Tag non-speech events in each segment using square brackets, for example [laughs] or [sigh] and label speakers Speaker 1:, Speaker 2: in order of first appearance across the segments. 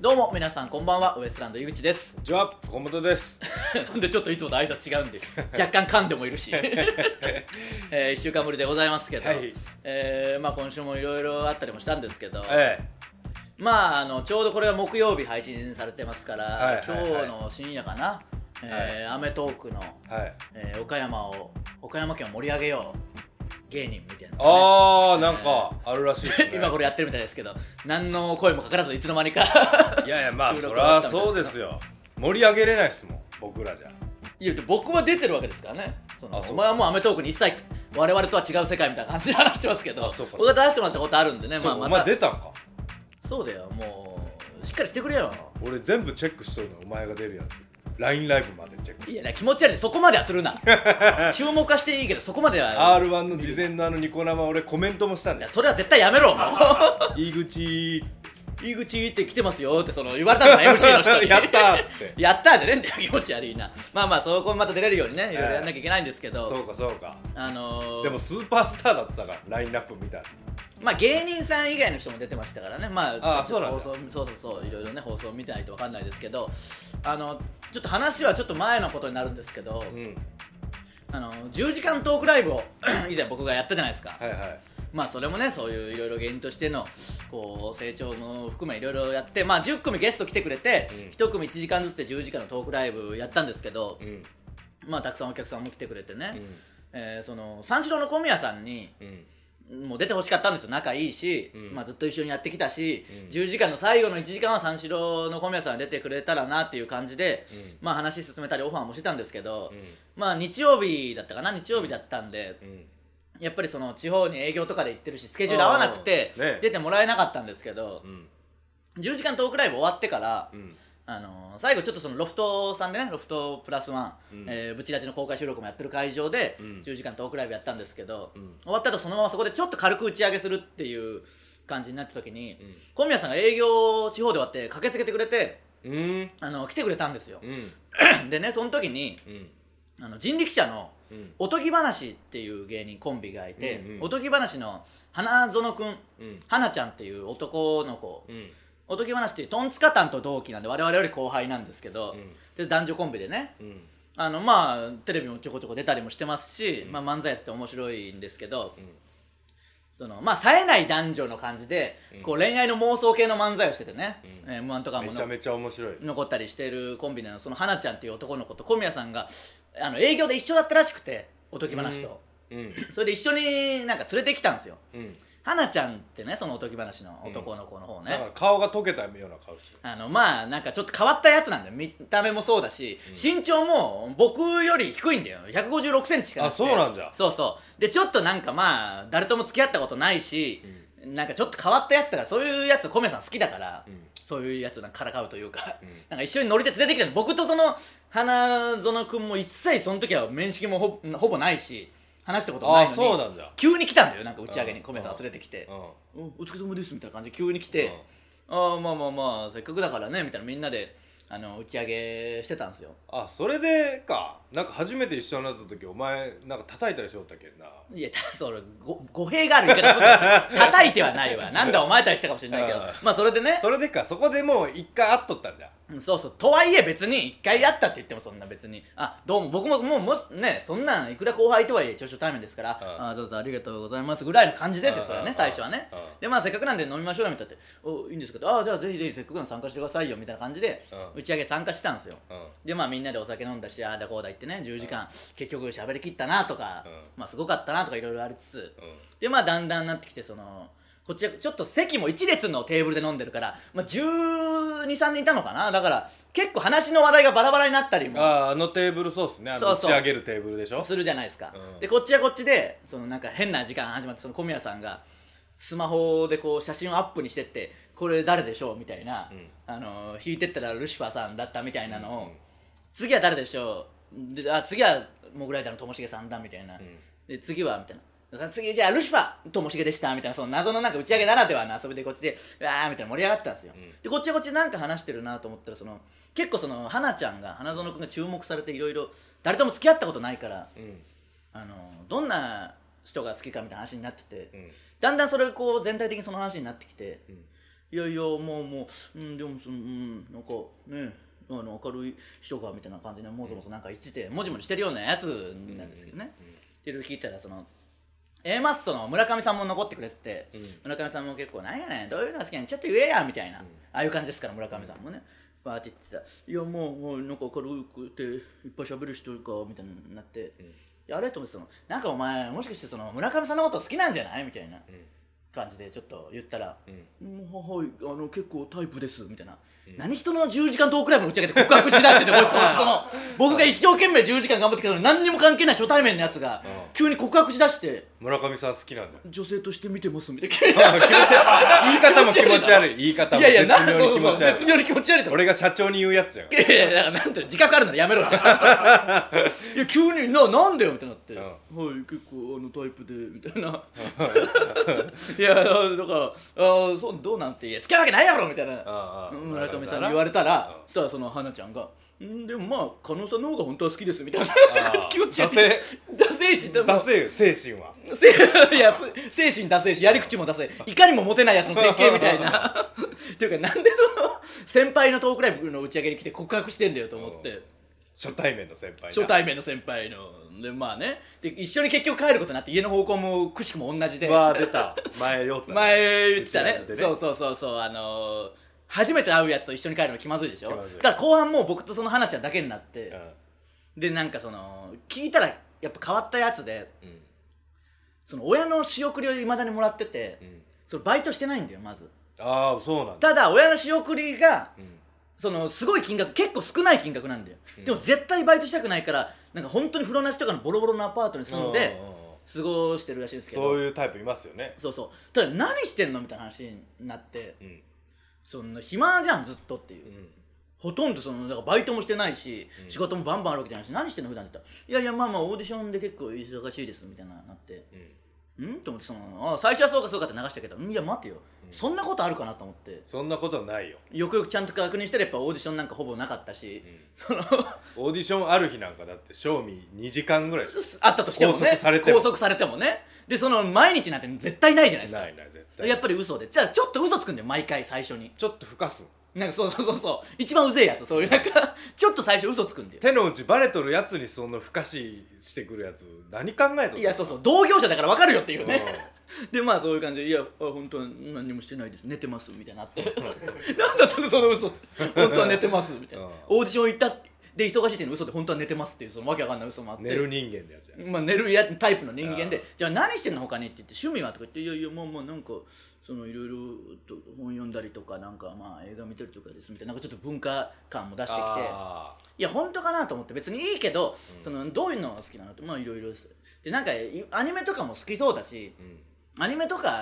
Speaker 1: どうも皆さんこんばんはウエストランド井口です
Speaker 2: [laughs] ジョアップ本本です。
Speaker 1: なんでちょっといつもと挨拶違
Speaker 2: [laughs]
Speaker 1: うんで若干噛んでもいるし、え1週間ぶりでございますけど、
Speaker 2: はい
Speaker 1: えーまあ、今週もいろいろあったりもしたんですけど、
Speaker 2: え
Speaker 1: まあ、あのちょうどこれが木曜日配信されてますから、
Speaker 2: はいはいはい
Speaker 1: 今日の深夜かな「えーアメトークの」
Speaker 2: え。はい。
Speaker 1: えー岡山を岡山県を盛り上げよう芸人みたいな、ね、
Speaker 2: あー、なんか、あるらしいですね。
Speaker 1: [laughs] 今これやってるみたいですけど何の声もかからずいつの間にか
Speaker 2: いやいや、まあ、
Speaker 1: 収
Speaker 2: そ
Speaker 1: 録
Speaker 2: り
Speaker 1: 終わ
Speaker 2: ゃ
Speaker 1: ったみたい
Speaker 2: そうですよ。盛り上げれないですもん、僕らじゃ。
Speaker 1: いや僕は出てるわけですからねその
Speaker 2: あそう
Speaker 1: お前はもう『アメトーク』に一切我々とは違う世界みたいな感じで話してますけど
Speaker 2: あそうか
Speaker 1: 僕は出してもらったことあるんでね、
Speaker 2: そ
Speaker 1: ま
Speaker 2: う
Speaker 1: あ、
Speaker 2: お
Speaker 1: ま
Speaker 2: 前
Speaker 1: た
Speaker 2: 出たんか。
Speaker 1: そうだよもうしっかりしてくれよ
Speaker 2: 俺全部チェックしとるの、お前が出るやつ。LINE ライブまでチェック。
Speaker 1: いやね気持ち悪いそこまではする
Speaker 2: [laughs]
Speaker 1: な注目はしていいけどそこまでは
Speaker 2: R1 の事前のあのニコ生俺コメントもしたん
Speaker 1: い
Speaker 2: だ
Speaker 1: や [laughs]
Speaker 2: よ
Speaker 1: それは絶対やめ
Speaker 2: [laughs]
Speaker 1: ろも
Speaker 2: 「井口」っつっ
Speaker 1: う井口って来てますよってその言われたの MC の人
Speaker 2: て「
Speaker 1: に
Speaker 2: [laughs] やった!」っつって
Speaker 1: [laughs] やったーじゃねえんだよ気持ち悪いなまあまあそこまた出れるようにねいろいろやんなきゃいけないんですけど、
Speaker 2: そうかそうか
Speaker 1: あのー、
Speaker 2: でもスーパースターだったからラインナップ見たら
Speaker 1: まあ芸人さん以外の人も出てましたからね、まあ、
Speaker 2: あーそうなんだ
Speaker 1: 放送そうそうそういろいろね放送見てないと分かんないですけどあのちょっと話はちょっと前のことになるんですけど、
Speaker 2: うん
Speaker 1: あの10時間トークライブを [clears throat] 以前僕がやったじゃないですか、
Speaker 2: はいはい
Speaker 1: まあそれもねそういういろいろ芸人としてのこう成長も含めいろいろやって、まあ、10組ゲスト来てくれて、
Speaker 2: うん
Speaker 1: 1組1時間ずつで10時間のトークライブやったんですけど、
Speaker 2: うん
Speaker 1: まあたくさんお客さんも来てくれてね、
Speaker 2: うん
Speaker 1: えーその三四郎の小宮さんに
Speaker 2: うん
Speaker 1: もう出てほしかったんですよ仲いいし、
Speaker 2: うん
Speaker 1: まあ、ずっと一緒にやってきたし、
Speaker 2: うん
Speaker 1: 10時間の最後の1時間は三四郎の小宮さんが出てくれたらなっていう感じで、
Speaker 2: うん
Speaker 1: まあ、話進めたりオファーもしてたんですけど、
Speaker 2: うん
Speaker 1: まあ、日曜日だったかな日曜日だったんで
Speaker 2: うん
Speaker 1: やっぱりその地方に営業とかで行ってるしスケジュール合わなくて
Speaker 2: あーね
Speaker 1: 出てもらえなかったんですけど、
Speaker 2: うん
Speaker 1: 10時間トークライブ終わってから、
Speaker 2: うん
Speaker 1: あのー最後ちょっとそのロフトさんでねロフトプラスワン、
Speaker 2: うん
Speaker 1: えーブチラジの公開収録もやってる会場で
Speaker 2: うん
Speaker 1: 10時間トークライブやったんですけど、
Speaker 2: うん
Speaker 1: 終わった後そのままそこでちょっと軽く打ち上げするっていう感じになった時に、
Speaker 2: うん
Speaker 1: 小宮さんが営業地方で終わって駆けつけてくれて
Speaker 2: うん
Speaker 1: あの来てくれたんですよ
Speaker 2: う、
Speaker 1: [coughs]
Speaker 2: ん
Speaker 1: でねその時に
Speaker 2: うん
Speaker 1: あの人力車の
Speaker 2: うん
Speaker 1: おとぎ話っていう芸人コンビがいて、
Speaker 2: うんうん
Speaker 1: おとぎ話の花園くん
Speaker 2: うん
Speaker 1: 花ちゃんっていう男の子
Speaker 2: うん
Speaker 1: おとぎ話っていうトンツカタンと同期なんで我々より後輩なんですけど、
Speaker 2: うん
Speaker 1: で男女コンビでね
Speaker 2: うん
Speaker 1: あのまあテレビもちょこちょこ出たりもしてますし、
Speaker 2: うん
Speaker 1: まあ、漫才やってて面白いんですけど、
Speaker 2: うん
Speaker 1: そのまあ冴えない男女の感じで、
Speaker 2: うん
Speaker 1: こう恋愛の妄想系の漫才をしててね、
Speaker 2: うん
Speaker 1: えー M−1 とかも
Speaker 2: め
Speaker 1: の
Speaker 2: ちゃめちゃ面白い
Speaker 1: 残ったりしてるコンビなのその花ちゃんっていう男の子と小宮さんがあの営業で一緒だったらしくておとぎ話と、
Speaker 2: うん
Speaker 1: それで一緒になんか連れてきたんですよ
Speaker 2: うん
Speaker 1: 花ちゃんってねそのおとぎ話の男の子の方ね、
Speaker 2: だから顔が溶けたような顔してる
Speaker 1: あのまあなんかちょっと変わったやつなんだよ見た目もそうだし、身長も僕より低いんだよ1 5 6ンチしかなくて
Speaker 2: あそうなんじゃ
Speaker 1: そうそうでちょっとなんかまあ誰とも付き合ったことないし、なんかちょっと変わったやつだからそういうやつ小宮さん好きだから、
Speaker 2: うん
Speaker 1: そういうやつをなんかからかうというか、
Speaker 2: うん
Speaker 1: なんか一緒に乗りで連れてきたの僕とその花園君も一切その時は面識もほほぼないし話したこともない
Speaker 2: あ
Speaker 1: のに
Speaker 2: そうなんだ
Speaker 1: 急に来たんだよなんか打ち上げに
Speaker 2: うん
Speaker 1: 小宮さんが連れてきて
Speaker 2: う
Speaker 1: 「おお疲れ様です」みたいな感じで急に来て。
Speaker 2: ん
Speaker 1: ああまあまあまあせっかくだからねみたいなみんなであの打ち上げしてたんですよ
Speaker 2: あそれでかなんか初めて一緒になった時お前なんか叩いたりしよったけんない
Speaker 1: やたそれご語弊がある言い方するな叩いてはないわなんだお前たち来たかもしれないけど
Speaker 2: うん
Speaker 1: まあそれでね
Speaker 2: それでかそこでもう一回会っとったんだ
Speaker 1: うんそうそうとはいえ別に一回やったって言ってもそんな別にあどうも僕ももうもしねそんなんいくら後輩とはいえ長所対面ですから、
Speaker 2: うん
Speaker 1: あどうぞありがとうございますぐらいの感じですよ
Speaker 2: うん
Speaker 1: それはね
Speaker 2: うん
Speaker 1: 最初はね
Speaker 2: うん
Speaker 1: でまあせっかくなんで飲みましょうよみたいなっておいいんですけどあじゃあぜひぜひせっかくなんで参加してくださいよみたいな感じで
Speaker 2: うん
Speaker 1: 打ち上げ参加してたんですよ、
Speaker 2: うん
Speaker 1: でまあみんなでお酒飲んだしああだこうだ言ってね10時間結局喋りきったなとか、
Speaker 2: うん
Speaker 1: まあすごかったなとかいろいろありつつ
Speaker 2: うん
Speaker 1: でまあだんだんなってきてそのこっちはちょっと席も1列のテーブルで飲んでるから、まあ、1 2 3人いたのかなだから結構話の話題がバラバラになったりも
Speaker 2: あああのテーブルそうっすねあの
Speaker 1: そう
Speaker 2: 打
Speaker 1: そう
Speaker 2: ち上げるテーブルでしょ
Speaker 1: するじゃないですか、
Speaker 2: うん
Speaker 1: でこっちはこっちでそのなんか変な時間始まってその小宮さんがスマホでこう写真をアップにしてってこれ誰でしょうみたいな、
Speaker 2: うん
Speaker 1: あのー引いてったらルシファーさんだったみたいなのを、
Speaker 2: うん
Speaker 1: 次は誰でしょうであ次はモグライダーのともしげさんだみたいな、
Speaker 2: ん
Speaker 1: で次はみたいな。さ次じゃあルシファーともしげでしたみたいなその謎のなんか打ち上げならではの遊びでこっちでうわーみたいな盛り上がってたんですよ、
Speaker 2: うん
Speaker 1: でこっちはこっちでなんか話してるなと思ったらその結構その花ちゃんが花園くんが注目されていろいろ誰とも付き合ったことないから
Speaker 2: うん
Speaker 1: あのどんな人が好きかみたいな話になってて、
Speaker 2: うん
Speaker 1: だんだんそれがこう全体的にその話になってきて、
Speaker 2: ん
Speaker 1: いやいやまあもう、うん、でもそのうんなんかねあの明るい人がみたいな感じでもぞもぞなんか言っててもじもじしてるようなやつなんですけどね、いろいろ聞いたらその A マッソの村上さんも残ってくれてて、村上さんも結構「なんやねんどういうのが好きなんちょっと言えや」みたいな、ああいう感じですから村上さんもね。バーって言ってた「いやもうもうなんか明るくていっぱい喋る人か」みたいになって「いやあれ?」と思ってその「なんかお前もしかしてその村上さんのこと好きなんじゃない?」みたいな感じでちょっと言ったら「
Speaker 2: ん
Speaker 1: もうはいあの結構タイプです」みたいな、何人の10時間トークライブの打ち上げで告白しだしててこいつそのそ [laughs] の僕が一生懸命10時間頑張ってきたのに何にも関係ない初対面のやつが
Speaker 2: うん
Speaker 1: 急に告白しだして「
Speaker 2: 村上さん好きなん
Speaker 1: [laughs]
Speaker 2: だよ
Speaker 1: 女性として見てます」みたいな急に
Speaker 2: あ気持ち悪い [laughs] 言い方も気持ち悪い言い方
Speaker 1: い
Speaker 2: も
Speaker 1: やい
Speaker 2: 絶
Speaker 1: やなんそ
Speaker 2: 妙
Speaker 1: う
Speaker 2: に気
Speaker 1: そう
Speaker 2: 持ち
Speaker 1: そう絶
Speaker 2: 悪い
Speaker 1: 妙に気持ち悪いと思って
Speaker 2: 俺が社長に言うやつじゃん
Speaker 1: いやいやだからなんていうの自覚あるならやめろじゃんいや急にななんでよみたいになって、
Speaker 2: ん
Speaker 1: はい結構あのタイプでみたいないやだからあーそうどうなんていやつけるわけないやろみたいな
Speaker 2: ああ
Speaker 1: 村上さんに言われたら
Speaker 2: うん
Speaker 1: そしたらその花ちゃんが「んでもまあ加納さんの方が本当は好きです」みたいな
Speaker 2: ー
Speaker 1: [laughs] 気持ち悪い
Speaker 2: ダ
Speaker 1: ダセえしでも
Speaker 2: 出せよ精神は
Speaker 1: せ [laughs] いやす精神出せしやり口も出せいかにもモテないやつの典型みたいなっていうかなんでその先輩のトークライブの打ち上げに来て告白してんだよと思って、
Speaker 2: うん初対面の先輩だ
Speaker 1: 初対面の先輩のでまあねで一緒に結局帰ることになって家の方向もくしくも同じで
Speaker 2: わあ出た前よった
Speaker 1: 前言ってたね
Speaker 2: 打ち合わせでね
Speaker 1: そうそうそうそうあのー初めて会うやつと一緒に帰るの気まずいでしょ
Speaker 2: 気
Speaker 1: だ
Speaker 2: ま
Speaker 1: か
Speaker 2: ずい
Speaker 1: ら後半もう僕とその花ちゃんだけになって
Speaker 2: う、
Speaker 1: でなんかその聞いたらやっぱ変わったやつで
Speaker 2: んうん
Speaker 1: その親の仕送りをいまだにもらってて、
Speaker 2: うん
Speaker 1: そのバイトしてないんだよまず
Speaker 2: ああそうなんだ
Speaker 1: ただ親の仕送りが
Speaker 2: うん
Speaker 1: そのすごい金額結構少ない金額なんだよ、
Speaker 2: うん
Speaker 1: でも絶対バイトしたくないからなんか本当に風呂なしとかのボロボロのアパートに住んで
Speaker 2: うんうんうん
Speaker 1: 過ごしてるらしいんですけど
Speaker 2: そういうタイプいますよね
Speaker 1: そうそうただ何してんのみたいな話になって
Speaker 2: うん
Speaker 1: そんな暇じゃんずっとっていうう、
Speaker 2: ん
Speaker 1: ほとんどそのだからバイトもしてないし、
Speaker 2: うん
Speaker 1: 仕事もバンバンあるわけじゃないし何してんの普段って言ったら「いやいやまあまあオーディションで結構忙しいです」みたいななって
Speaker 2: うん
Speaker 1: 「ん?」と思ってそのあ最初はそうかそうかって流したけど「んいや待てよ、
Speaker 2: うん
Speaker 1: そんなことあるかな?」と思って
Speaker 2: そんなことないよ
Speaker 1: よくよくちゃんと確認したらやっぱオーディションなんかほぼなかったし、
Speaker 2: うん
Speaker 1: その
Speaker 2: オーディションある日なんかだって賞味2時間ぐらいしか
Speaker 1: あったとしてもね
Speaker 2: 拘束されても
Speaker 1: 拘束されてもねでその毎日なんて絶対ないじゃないですか
Speaker 2: ないない絶対
Speaker 1: やっぱり嘘でじゃあちょっと嘘つくんだよ毎回最初に
Speaker 2: ちょっとふかす
Speaker 1: なんかそうそうそうそう一番うぜえやつそういうなんかちょっと最初嘘つくんだよ
Speaker 2: 手の内バレとるやつにそんなふかししてくるやつ何考えとる
Speaker 1: いやそうそう同業者だから分かるよっていうね
Speaker 2: う
Speaker 1: でまあそういう感じで「いやあ本当は何にもしてないです寝てます」みたいになって「何だったのその嘘本当は寝てます」みたいな
Speaker 2: うん
Speaker 1: オーディション行ったで忙しいっていうの嘘で本当は寝てますっていうそのわけわかんない嘘もあって
Speaker 2: ん寝る人間でやつじゃん
Speaker 1: まあ、寝るやタイプの人間
Speaker 2: あ
Speaker 1: で「じゃあ何してんの他に?」って言って「趣味は?」とか言って「いやいやまあまあなんかそのいろいろと本読んだりとかなんかまあ映画見たりとかです」みたいななんかちょっと文化感も出してきて
Speaker 2: あ
Speaker 1: 「いや本当かな?」と思って別にいいけど、
Speaker 2: うん
Speaker 1: そのどういうのが好きなのってまあいろいろですでなんかいアニメとかも好きそうだし
Speaker 2: ーうん
Speaker 1: アニメとか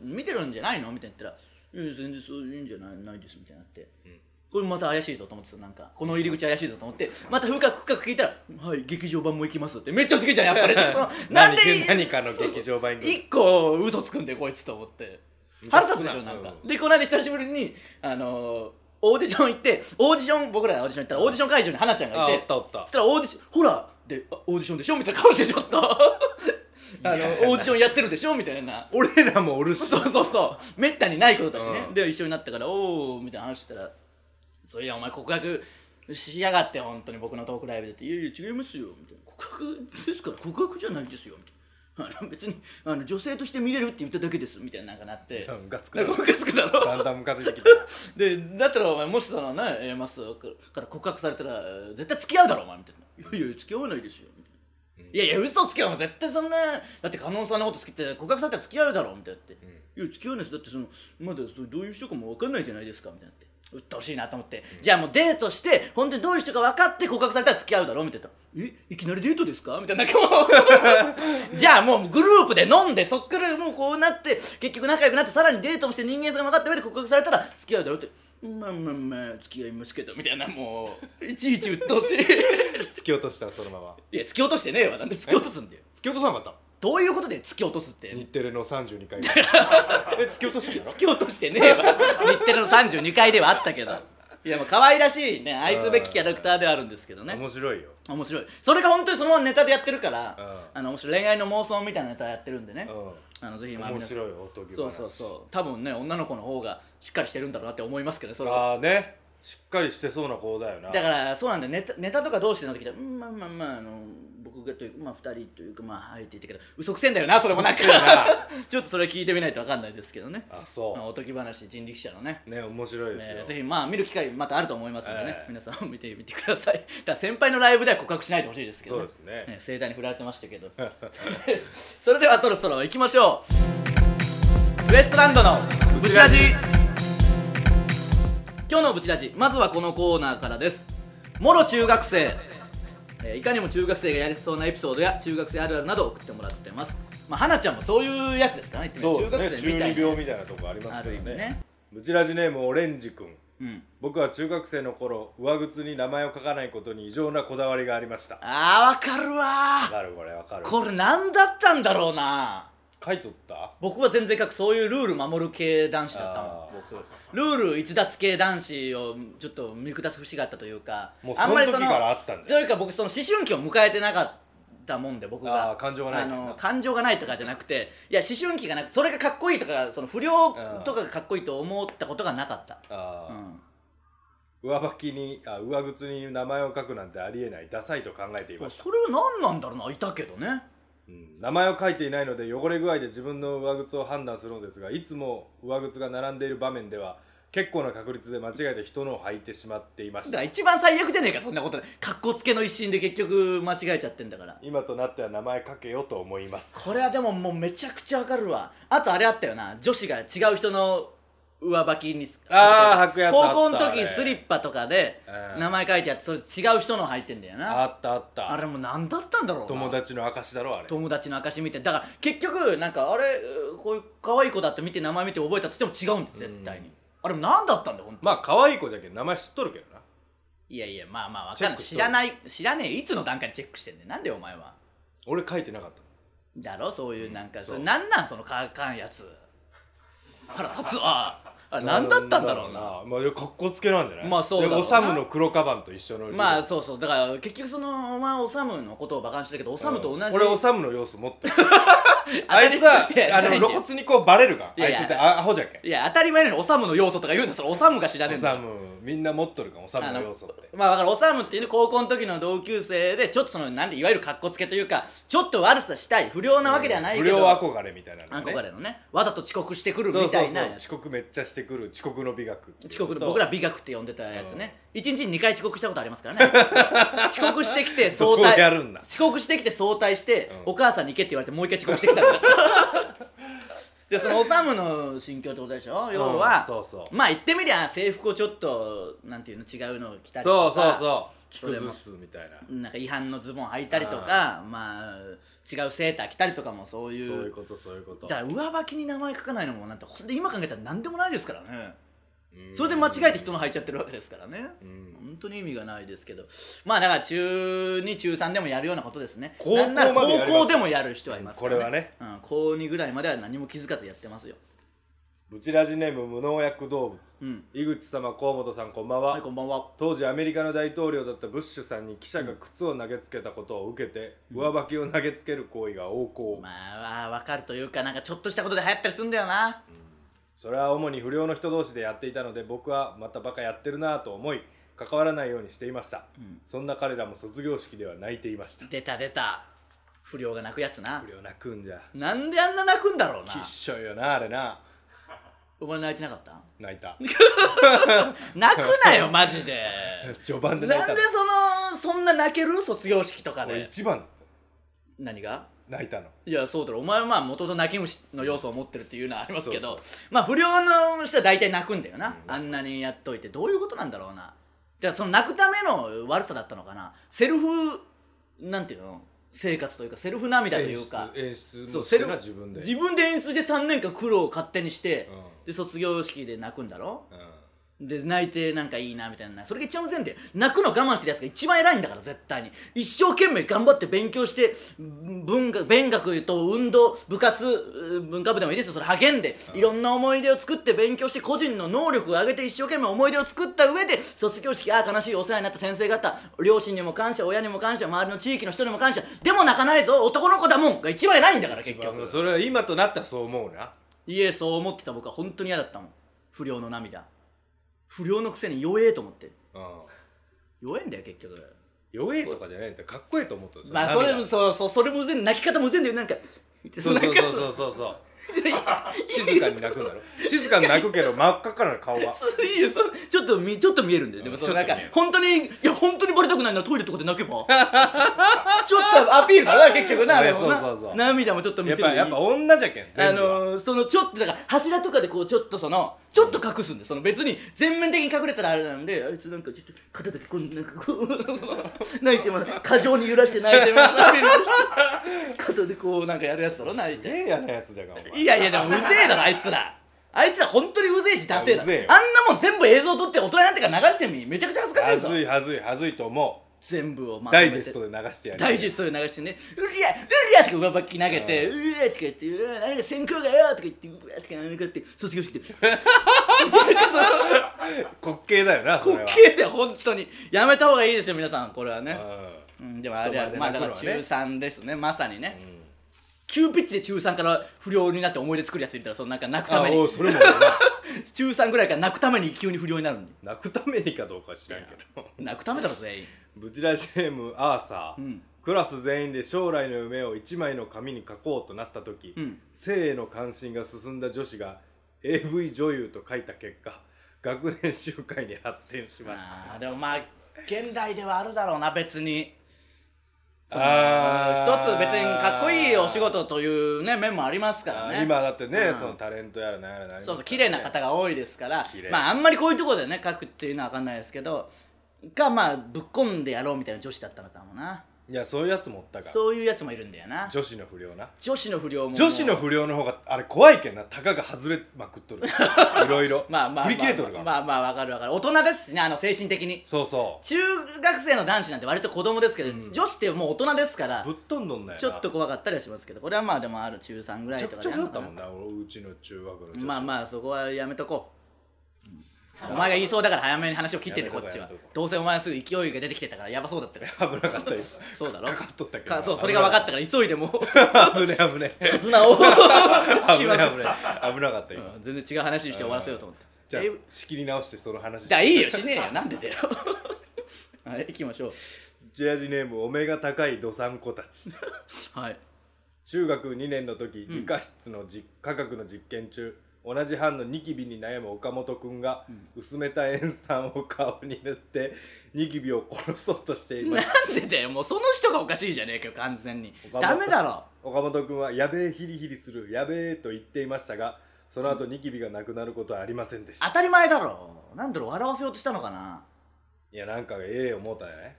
Speaker 1: 見てるんじゃないのみたいな言ったら「いや全然そういうんじゃないないです」みたいになって。
Speaker 2: うん
Speaker 1: これまた怪しいぞと思ってたなんかこの入り口怪しいぞと思ってまた深く深く聞いたら「はい劇場版も行きます」ってめっちゃ好きじゃん
Speaker 2: [laughs]
Speaker 1: やっぱりそのなんで
Speaker 2: 何何かの劇場版に
Speaker 1: 一個嘘つくんだよこいつと思って腹立つでしょなんか、
Speaker 2: うん
Speaker 1: でこの間久しぶりにあのーオーディション行ってオーディション僕らがオーディション行ったらオーディション会場に花ちゃん
Speaker 2: あ
Speaker 1: が
Speaker 2: お
Speaker 1: い
Speaker 2: ってたおった
Speaker 1: そしたらオーディションほらであオーディションでしょみたいな顔してちょっとあ
Speaker 2: い
Speaker 1: の
Speaker 2: や
Speaker 1: オーディションやってるでしょみたいな
Speaker 2: 俺らもおるし
Speaker 1: そうそうそうめったにないことだしね、
Speaker 2: うん
Speaker 1: で一緒になったからおおみたいな話したら「そういやお前告白しやがって本当に僕のトークライブで」って「いやいや違いますよ」みたいな「告白ですから告白じゃないですよ」みたいな。あの別にあの女性として見れるって言っただけですみたいななんかなって
Speaker 2: うんムカつく
Speaker 1: な
Speaker 2: なん
Speaker 1: かムカつくだろ
Speaker 2: だんだんムカついてきた
Speaker 1: でだったらお前もしそのねえーマスから告白されたらえー絶対付き合うだろお前みたいな「いやいや付き合わないですよ」みたいな。いやいや嘘つけよお前絶対そんなだって加納さんのこと好きって告白されたら付き合うだろみたいなって、いや付き合わないですだってそのまだそれどういう人かも分かんないじゃないですかみたいなってうっとうしいなと思って、じゃあもうデートして本当にどういう人か分かって告白されたら付き合うだろみたいなえいきなりデートですかみたいななんかもう [laughs] じゃあもうグループで飲んでそっからもうこうなって結局仲良くなってさらにデートもして人間性が分かった上で告白されたら付き合うだろってまあまあまあ付き合いますけどみたいなもういちいちうっとう [laughs] しい
Speaker 2: 突き落としたそのまま
Speaker 1: いや突き落としてねえわなんで突き落とすんだよ
Speaker 2: 突き落とさなかった
Speaker 1: どういうことで突き落とすって [laughs]
Speaker 2: 日テレの32回え突き落としたんだろ
Speaker 1: 突き落としてねえわ日テレの32階ではあったけどいやまあ可愛らしいね愛すべきキャラクターではあるんですけどね
Speaker 2: 面白いよ
Speaker 1: 面白いそれが本当にそのままネタでやってるから
Speaker 2: うん
Speaker 1: あの面白い恋愛の妄想みたいなネタやってるんでね
Speaker 2: う
Speaker 1: あのぜひ
Speaker 2: ん
Speaker 1: まあ
Speaker 2: 面
Speaker 1: 皆さん
Speaker 2: 白いおとぎ話
Speaker 1: そうそうそう多分ね女の子の方がしっかりしてるんだろうなって思いますけどねそれは
Speaker 2: ああねしっかりしてそうな子だよな
Speaker 1: だからそうなんだよネタネタとかどうしてんのって聞いたらうんまあまあまああの僕がというかまあ二人というかまあ相手って言ったけど嘘くせえんだよなそれもなんか
Speaker 2: 嘘くせえな
Speaker 1: ちょっとそれ聞いてみないとわかんないですけどね
Speaker 2: あ
Speaker 1: まあ
Speaker 2: そ
Speaker 1: おとぎ話人力車のね
Speaker 2: うね面白いです
Speaker 1: え
Speaker 2: よ
Speaker 1: ーぜひまあ見る機会またあると思いますのでね、
Speaker 2: ええ
Speaker 1: 皆さんも見てみてください [laughs] だから先輩のライブでは告白しないでほしいですけど
Speaker 2: そうですね
Speaker 1: 盛大に振られてましたけ
Speaker 2: [laughs]
Speaker 1: どそれではそろそろ行きましょうウエストランドのブチラジ今日のブチラジまずはこのコーナーからですもろ中学生えーいかにも中学生がやりそうなエピソードや中学生あるあるなど送ってもらってますまあ花ちゃんもそういうやつですかね言ってみれば
Speaker 2: そうですね
Speaker 1: 中学生みた
Speaker 2: 中
Speaker 1: い
Speaker 2: 二
Speaker 1: な
Speaker 2: 病みたいなとこありま
Speaker 1: あ
Speaker 2: す
Speaker 1: る
Speaker 2: か
Speaker 1: 意
Speaker 2: ら
Speaker 1: 味
Speaker 2: ね
Speaker 1: ね
Speaker 2: ブチラジネームオレンジ君
Speaker 1: うん
Speaker 2: 僕は中学生の頃上靴に名前を書かないことに異常なこだわりがありました
Speaker 1: あーわかる
Speaker 2: わ
Speaker 1: わー
Speaker 2: かるこれわかる
Speaker 1: これ何だったんだろうな
Speaker 2: 書いとった
Speaker 1: 僕は全然かくそういうルール守る系男子だった
Speaker 2: あ
Speaker 1: もん僕ルール逸脱系男子をちょっと見下す節があったというか
Speaker 2: もうその時からあったんだ
Speaker 1: というか僕その思春期を迎えてなかったもんで僕が
Speaker 2: あー感情がない
Speaker 1: あ
Speaker 2: と
Speaker 1: の感情がないとかじゃなくていや思春期がなくそれがかっこいいとかその不良とかがかっこいいと思ったことがなかった、
Speaker 2: あ
Speaker 1: う
Speaker 2: ー、
Speaker 1: ん、
Speaker 2: 上履きにあ上靴に名前を書くなんてありえないダサいと考えていました、
Speaker 1: それは何なんだろうないたけどね
Speaker 2: うん名前を書いていないので汚れ具合で自分の上靴を判断するのですがいつも上靴が並んでいる場面では結構な確率で間違えて人のを履いてしまっていまし
Speaker 1: だ
Speaker 2: た
Speaker 1: から一番最悪じゃねえかそんなことでかっこつけの一心で結局間違えちゃってんだから
Speaker 2: 今となっては名前書けよと思います
Speaker 1: これはでももうめちゃくちゃわかるわあとあれあったよな女子が違う人の上履きに
Speaker 2: あー履くやつあった
Speaker 1: 高校の時
Speaker 2: あれ
Speaker 1: スリッパとかで
Speaker 2: うん
Speaker 1: 名前書いてあってそれ違う人の履いてんだよな
Speaker 2: あ
Speaker 1: あ
Speaker 2: ったあった
Speaker 1: れも何だったんだろうな
Speaker 2: 友達の証だろあれ
Speaker 1: 友達の証見てだから結局なんかあれうーこういう可愛い子だって見て名前見て覚えたとしても違うんです絶対にあれも何だったんだよ本当
Speaker 2: まあ可愛い子じゃけん名前知っとるけどない
Speaker 1: やいやまあまあわかんない
Speaker 2: チェックし
Speaker 1: 知
Speaker 2: とる
Speaker 1: らない知らねえいつの段階でチェックしてんねんなんでお前は
Speaker 2: 俺書いてなかった
Speaker 1: だろそういうなんか、
Speaker 2: ん
Speaker 1: それ
Speaker 2: そう
Speaker 1: なんなんそのかかんや
Speaker 2: [laughs]
Speaker 1: つあらつはあ何だったんだろうな
Speaker 2: なまあかっこつけなんじゃない
Speaker 1: まあそうだろうな
Speaker 2: でおさむの黒カバンと一緒の
Speaker 1: まあそうそうだから結局そのお前おさむのことをバカにしてるけどおさむと同じ、
Speaker 2: うん俺おさむの要素持ってる
Speaker 1: 当
Speaker 2: あ
Speaker 1: たり
Speaker 2: いつはあ
Speaker 1: [laughs]
Speaker 2: の
Speaker 1: ないんだよ
Speaker 2: 露骨にこうバレるから
Speaker 1: いやいや
Speaker 2: あいつってあアホじゃけん
Speaker 1: いや当たり前なのにおさむの要素とか言うなそれおさむが知らねえ
Speaker 2: お
Speaker 1: んだ
Speaker 2: さ
Speaker 1: よ
Speaker 2: むみんな持っとるからおさむ
Speaker 1: あの
Speaker 2: の要素って
Speaker 1: まあだからおさむっていうね高校の時の同級生でちょっとそのなんでいわゆる格好つけというかちょっと悪さしたい不良なわけではないけど、
Speaker 2: うん不良憧れみたいなのね
Speaker 1: 憧れのねわざと遅刻してくるみ
Speaker 2: そうそ
Speaker 1: た
Speaker 2: う
Speaker 1: い
Speaker 2: そ
Speaker 1: な
Speaker 2: う遅刻めっちゃしてくる遅刻の美学っていう
Speaker 1: 遅刻の
Speaker 2: と
Speaker 1: 僕ら美学って呼んでたやつね、一日に2回遅刻したことあります
Speaker 2: [laughs]
Speaker 1: からね遅刻してきて早
Speaker 2: そこをや
Speaker 1: 退
Speaker 2: るんだ
Speaker 1: 遅刻してきて早退して、
Speaker 2: うん
Speaker 1: お母さんに行けって言われてもう一回遅刻してきたん
Speaker 2: [laughs]
Speaker 1: だでそのおさむの心境ってことでしょ要は、
Speaker 2: うんそうそう
Speaker 1: まあ言ってみりゃ制服をちょっとなんていうの違うのを着たりと
Speaker 2: そうそう
Speaker 1: か
Speaker 2: そう着
Speaker 1: それも
Speaker 2: 崩すみたいな
Speaker 1: なんか違反のズボン履いたりとかまあ違うセーター着たりとかもそういう
Speaker 2: そういうことそういうこと
Speaker 1: だから上履きに名前書かないのもなんてほんで今考えたら何でもないですからね
Speaker 2: うん
Speaker 1: それで間違えて人の履いちゃってるわけですからね、
Speaker 2: うん
Speaker 1: 本当に意味がないですけどまあだから中2中3でもやるようなことですね
Speaker 2: 高校
Speaker 1: なんなら
Speaker 2: までやります
Speaker 1: 高校でもやる人はいますから、
Speaker 2: これはね、
Speaker 1: うん、高2ぐらいまでは何も気づかずやってますよ
Speaker 2: ブチラジネーム無農薬動物、
Speaker 1: うん
Speaker 2: 井口様河本さんこんばんは、
Speaker 1: はいこんばんは
Speaker 2: 当時アメリカの大統領だったブッシュさんに記者が靴を投げつけたことを受けて、上履きを投げつける行為が横行、
Speaker 1: まあ分かるというかなんかちょっとしたことで流行ったりすんだよな、
Speaker 2: それは主に不良の人同士でやっていたので僕はまたバカやってるなぁと思い関わらないようにしていました、
Speaker 1: ん
Speaker 2: そんな彼らも卒業式では泣いていました
Speaker 1: 出た出た不良が泣くやつな
Speaker 2: 不良泣くんじゃ
Speaker 1: なんであんな泣くんだろうな
Speaker 2: きっしょいよなあれな
Speaker 1: お前泣いてなかった
Speaker 2: 泣
Speaker 1: [laughs]
Speaker 2: いた
Speaker 1: 泣くなよマジ
Speaker 2: [laughs]
Speaker 1: で
Speaker 2: 序盤で泣い
Speaker 1: な
Speaker 2: た
Speaker 1: んでそのそんな泣ける卒業式とか
Speaker 2: 俺
Speaker 1: で
Speaker 2: 一番だった
Speaker 1: 何が
Speaker 2: 泣いたの
Speaker 1: いやそうだろお前はまあ元々泣き虫の要素を持ってるっていうのはありますけど
Speaker 2: そう
Speaker 1: まあ不良の人は大体泣くんだよな、あんなにやっといてどういうことなんだろうなじゃあその泣くための悪さだったのかなセルフなんていうの生活というかセルフ涙と
Speaker 2: 演
Speaker 1: いうか
Speaker 2: 出演出
Speaker 1: そ
Speaker 2: も
Speaker 1: う
Speaker 2: して
Speaker 1: セル
Speaker 2: な自分で
Speaker 1: 自分で演出して3年間苦労を勝手にして、
Speaker 2: うん
Speaker 1: で卒業式で泣くんだろ
Speaker 2: うん
Speaker 1: で泣いてなんかいいなみたいなそれが一番前提泣くの我慢してるやつが一番偉いんだから絶対に一生懸命頑張って勉強して文学勉学と運動部活う文化部でもいいですよそれ励んでいろんな思い出を作って勉強して個人の能力を上げて一生懸命思い出を作った上で卒業式ああ悲しいお世話になった先生方両親にも感謝親にも感謝周りの地域の人にも感謝でも泣かないぞ男の子だもんが一番偉いんだから結
Speaker 2: まあ
Speaker 1: 局
Speaker 2: それは今となったらそう思うない
Speaker 1: えそう思ってた僕は本当に嫌だったもん不良の涙不良のくせに弱えと思って
Speaker 2: うん
Speaker 1: 弱えんだよ結局
Speaker 2: 弱えとかじゃないんだよかっこええと思ったんですよ
Speaker 1: まあそれ
Speaker 2: 涙
Speaker 1: もそうそうそれも全泣き方も全然なんか
Speaker 2: そうそう
Speaker 1: なん
Speaker 2: そう
Speaker 1: か
Speaker 2: そうそうそう静かに泣くんだろ静かに泣くけど真っ赤っかなの顔は
Speaker 1: そういいよそうちょっとみちょっと見えるんだよでも
Speaker 2: うん
Speaker 1: そう
Speaker 2: ちょ
Speaker 1: な
Speaker 2: っ
Speaker 1: ん
Speaker 2: と
Speaker 1: か
Speaker 2: 見える
Speaker 1: 本当にいや本当にバレたくないのはトイレとかで泣け
Speaker 2: [laughs]
Speaker 1: ばちょっとアピールだな結局な
Speaker 2: ね
Speaker 1: でもな
Speaker 2: そうそうそう
Speaker 1: 涙もちょっと見
Speaker 2: や
Speaker 1: せ
Speaker 2: っ
Speaker 1: る
Speaker 2: ぱやっぱ女じゃけん
Speaker 1: あ
Speaker 2: 全部は、
Speaker 1: のーそのちょっとだから柱とかでこうちょっとそのちょっと隠すんでその別に全面的に隠れたらあれなんであいつなんかちょっと肩だけこうなんかこう [laughs] 泣いてます過剰に揺らして泣いてます [laughs] 肩でこうなんかやるやつだろ泣い
Speaker 2: す
Speaker 1: て
Speaker 2: げえ嫌なやつじゃがお前
Speaker 1: いやいやでもうぜえだろあいつらあいつら本当にうぜえしダセえだ
Speaker 2: う
Speaker 1: ろ
Speaker 2: ぜえよ
Speaker 1: あんなもん全部映像撮って大人になってから流してみめちゃくちゃ恥ずかし
Speaker 2: はい
Speaker 1: ぞ
Speaker 2: ずいはずいはずいと思う
Speaker 1: 全部をまと
Speaker 2: ダ
Speaker 1: め
Speaker 2: イ
Speaker 1: て
Speaker 2: ジェストで流してやる
Speaker 1: ダイジェストで流してね「うりゃうりゃ」とか上ばっき投げて「
Speaker 2: う
Speaker 1: うりゃ」とか言って「うわなんか先行がよ」とか言って「うわ」とかなんか
Speaker 2: [laughs]
Speaker 1: って卒業式で
Speaker 2: 滑稽だよなそ
Speaker 1: 滑
Speaker 2: れは
Speaker 1: 稽で本当にやめた方がいいですよ皆さんこれはね、
Speaker 2: うん
Speaker 1: うん、でもあれは
Speaker 2: 人前で
Speaker 1: まあだから
Speaker 2: 泣く
Speaker 1: 中
Speaker 2: のはね
Speaker 1: 3ですねまさにね、
Speaker 2: ん
Speaker 1: 急ピッチで中3から不良になって思い出作るやついたらそのなんか泣くた
Speaker 2: あ
Speaker 1: め
Speaker 2: お
Speaker 1: に
Speaker 2: うそれも俺
Speaker 1: [laughs]
Speaker 2: な
Speaker 1: 中3ぐらいから泣くために急に不良になるんで
Speaker 2: 泣くためにかどうか知らんけど
Speaker 1: 泣くためだろ全員
Speaker 2: ブチラシネームアーサー、
Speaker 1: うん
Speaker 2: クラス全員で将来の夢を一枚の紙に書こうとなった時、
Speaker 1: うん
Speaker 2: 性への関心が進んだ女子が AV 女優と書いた結果学年集会に発展しました
Speaker 1: あーでもまあ現代ではあるだろうな別にその
Speaker 2: あ
Speaker 1: 一
Speaker 2: ー
Speaker 1: つ別にかっこいいお仕事というね面もありますからね
Speaker 2: 今だってね、
Speaker 1: うん
Speaker 2: そのタレントやらなんやらなります
Speaker 1: そ
Speaker 2: からね
Speaker 1: うそう綺麗な方が多いですから
Speaker 2: 綺麗
Speaker 1: まああんまりこういうところでね書くっていうのは分かんないですけどがまあぶっ込んでやろうみたいな女子だったのかもない
Speaker 2: やそういうやつ持ったか
Speaker 1: そういうやつもいるんだよな
Speaker 2: 女子の不良な
Speaker 1: 女子の不良も
Speaker 2: 女子の不良の方があれ怖いけんなたかが外れまくっと
Speaker 1: [laughs]
Speaker 2: るいろいろ
Speaker 1: まあまあ
Speaker 2: 振り切れとるから、
Speaker 1: まあまあわかるわかる大人ですしねあの精神的に
Speaker 2: そうそ
Speaker 1: 中学生の男子なんて割と子供ですけど、女子ってもう大人ですから
Speaker 2: うぶっ飛んどんだよな
Speaker 1: ちょっと怖かったりはしますけどこれはまあでもある中3ぐら
Speaker 2: め
Speaker 1: い
Speaker 2: ちゃ
Speaker 1: とか
Speaker 2: くち
Speaker 1: で
Speaker 2: ゃだったもん
Speaker 1: な
Speaker 2: な俺うちの中学の女子
Speaker 1: まあまあそこはやめとこうお前が言いそうだから早めに話を切ってて
Speaker 2: や
Speaker 1: こ
Speaker 2: めとこう
Speaker 1: っちは
Speaker 2: やめとこう
Speaker 1: どうせお前すぐ勢いが出てきてたからやばそうだっ
Speaker 2: [laughs]
Speaker 1: たよ
Speaker 2: 危なか
Speaker 1: [laughs]
Speaker 2: ったよ
Speaker 1: そうだろ
Speaker 2: かかっとったけど
Speaker 1: かそうそれが分かったから急いで
Speaker 2: [laughs]
Speaker 1: もう
Speaker 2: た危ねえ危ねえ
Speaker 1: 手綱を
Speaker 2: 危
Speaker 1: 危
Speaker 2: ねえ危ねえ危なかった今、
Speaker 1: 全然違う話にして終わらせようと思って
Speaker 2: じゃあ
Speaker 1: えー
Speaker 2: 仕切り直してその話
Speaker 1: じゃあいいよしねえよなんでだよ [laughs] はい行きましょ
Speaker 2: ジラジネームお目が高いどさんこたち
Speaker 1: うはい
Speaker 2: 中学2年の時理科室の実科学の実験中同じ班のニキビに悩む岡本君が薄めた塩酸を顔に塗ってニキビを殺そうとしていま
Speaker 1: な
Speaker 2: す
Speaker 1: んでだよもうその人がおかしいじゃねえかよ完全に
Speaker 2: 岡本
Speaker 1: ダメだろ
Speaker 2: 岡本君は「やべえヒリヒリするやべえ」と言っていましたがその後ニキビがなくなることはありませんでした
Speaker 1: 当たり前だろなんだろう笑わせようとしたのかない
Speaker 2: やなんかええ思うたんやね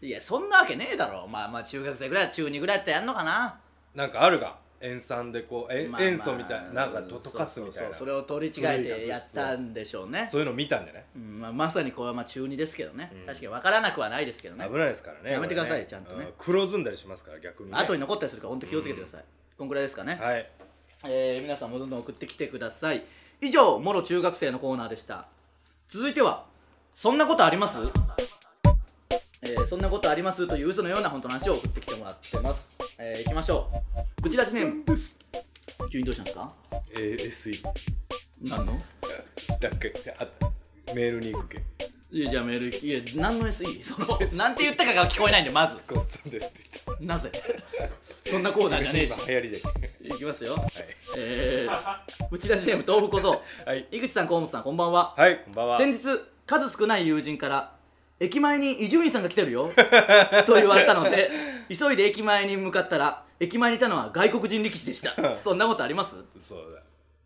Speaker 1: いやそんなわけねえだろまあまあ中学生ぐらい中2ぐらいってやんのかな
Speaker 2: なんかあるが塩酸でこうえ、
Speaker 1: まあまあ
Speaker 2: 塩素みたいななんかと溶かすみた
Speaker 1: そうそう
Speaker 2: いな
Speaker 1: そう
Speaker 2: そ
Speaker 1: それを取り違えてやったんでしょうね
Speaker 2: ういうの見たんじゃない
Speaker 1: うんまあ、まさにこれはまあ中2ですけどね、確かに分からなくはないですけどね
Speaker 2: 危ないですからね
Speaker 1: やめてください
Speaker 2: これね
Speaker 1: ちゃんとね
Speaker 2: う黒ずんだりしますから逆に、ね、
Speaker 1: 後に残ったりするから本当気をつけてください、こんぐらいですかね、
Speaker 2: はい
Speaker 1: えー皆さんもどんどん送ってきてください以上もろ中学生のコーナーでした続いてはそんなことありますえーそんなことありますという嘘のような本当の話を送ってきてもらってますえー、いきましょう口出しネーム急にどうしたんですか
Speaker 2: ASE
Speaker 1: 何の
Speaker 2: だっけあメールに行くけ
Speaker 1: いやじゃあメールいや [laughs] 何の SE? そのなんて言ったかが聞こえないんでまず
Speaker 2: ごっつんですって言っ
Speaker 1: なぜ [laughs] そんなコーナーじゃね [laughs] えし
Speaker 2: 今流行りじゃけ
Speaker 1: いきますよ、えー、ぶち出しネーム豆腐小僧
Speaker 2: はい
Speaker 1: 井口さん河本さんこんばんは
Speaker 2: はいこんばんは
Speaker 1: 先日数少ない友人から駅前に伊集院さんが来てるよ [laughs] と言われたので急いで駅前に向かったら駅前にいたのは外国人力士でした [laughs] そんなことあります
Speaker 2: 嘘だ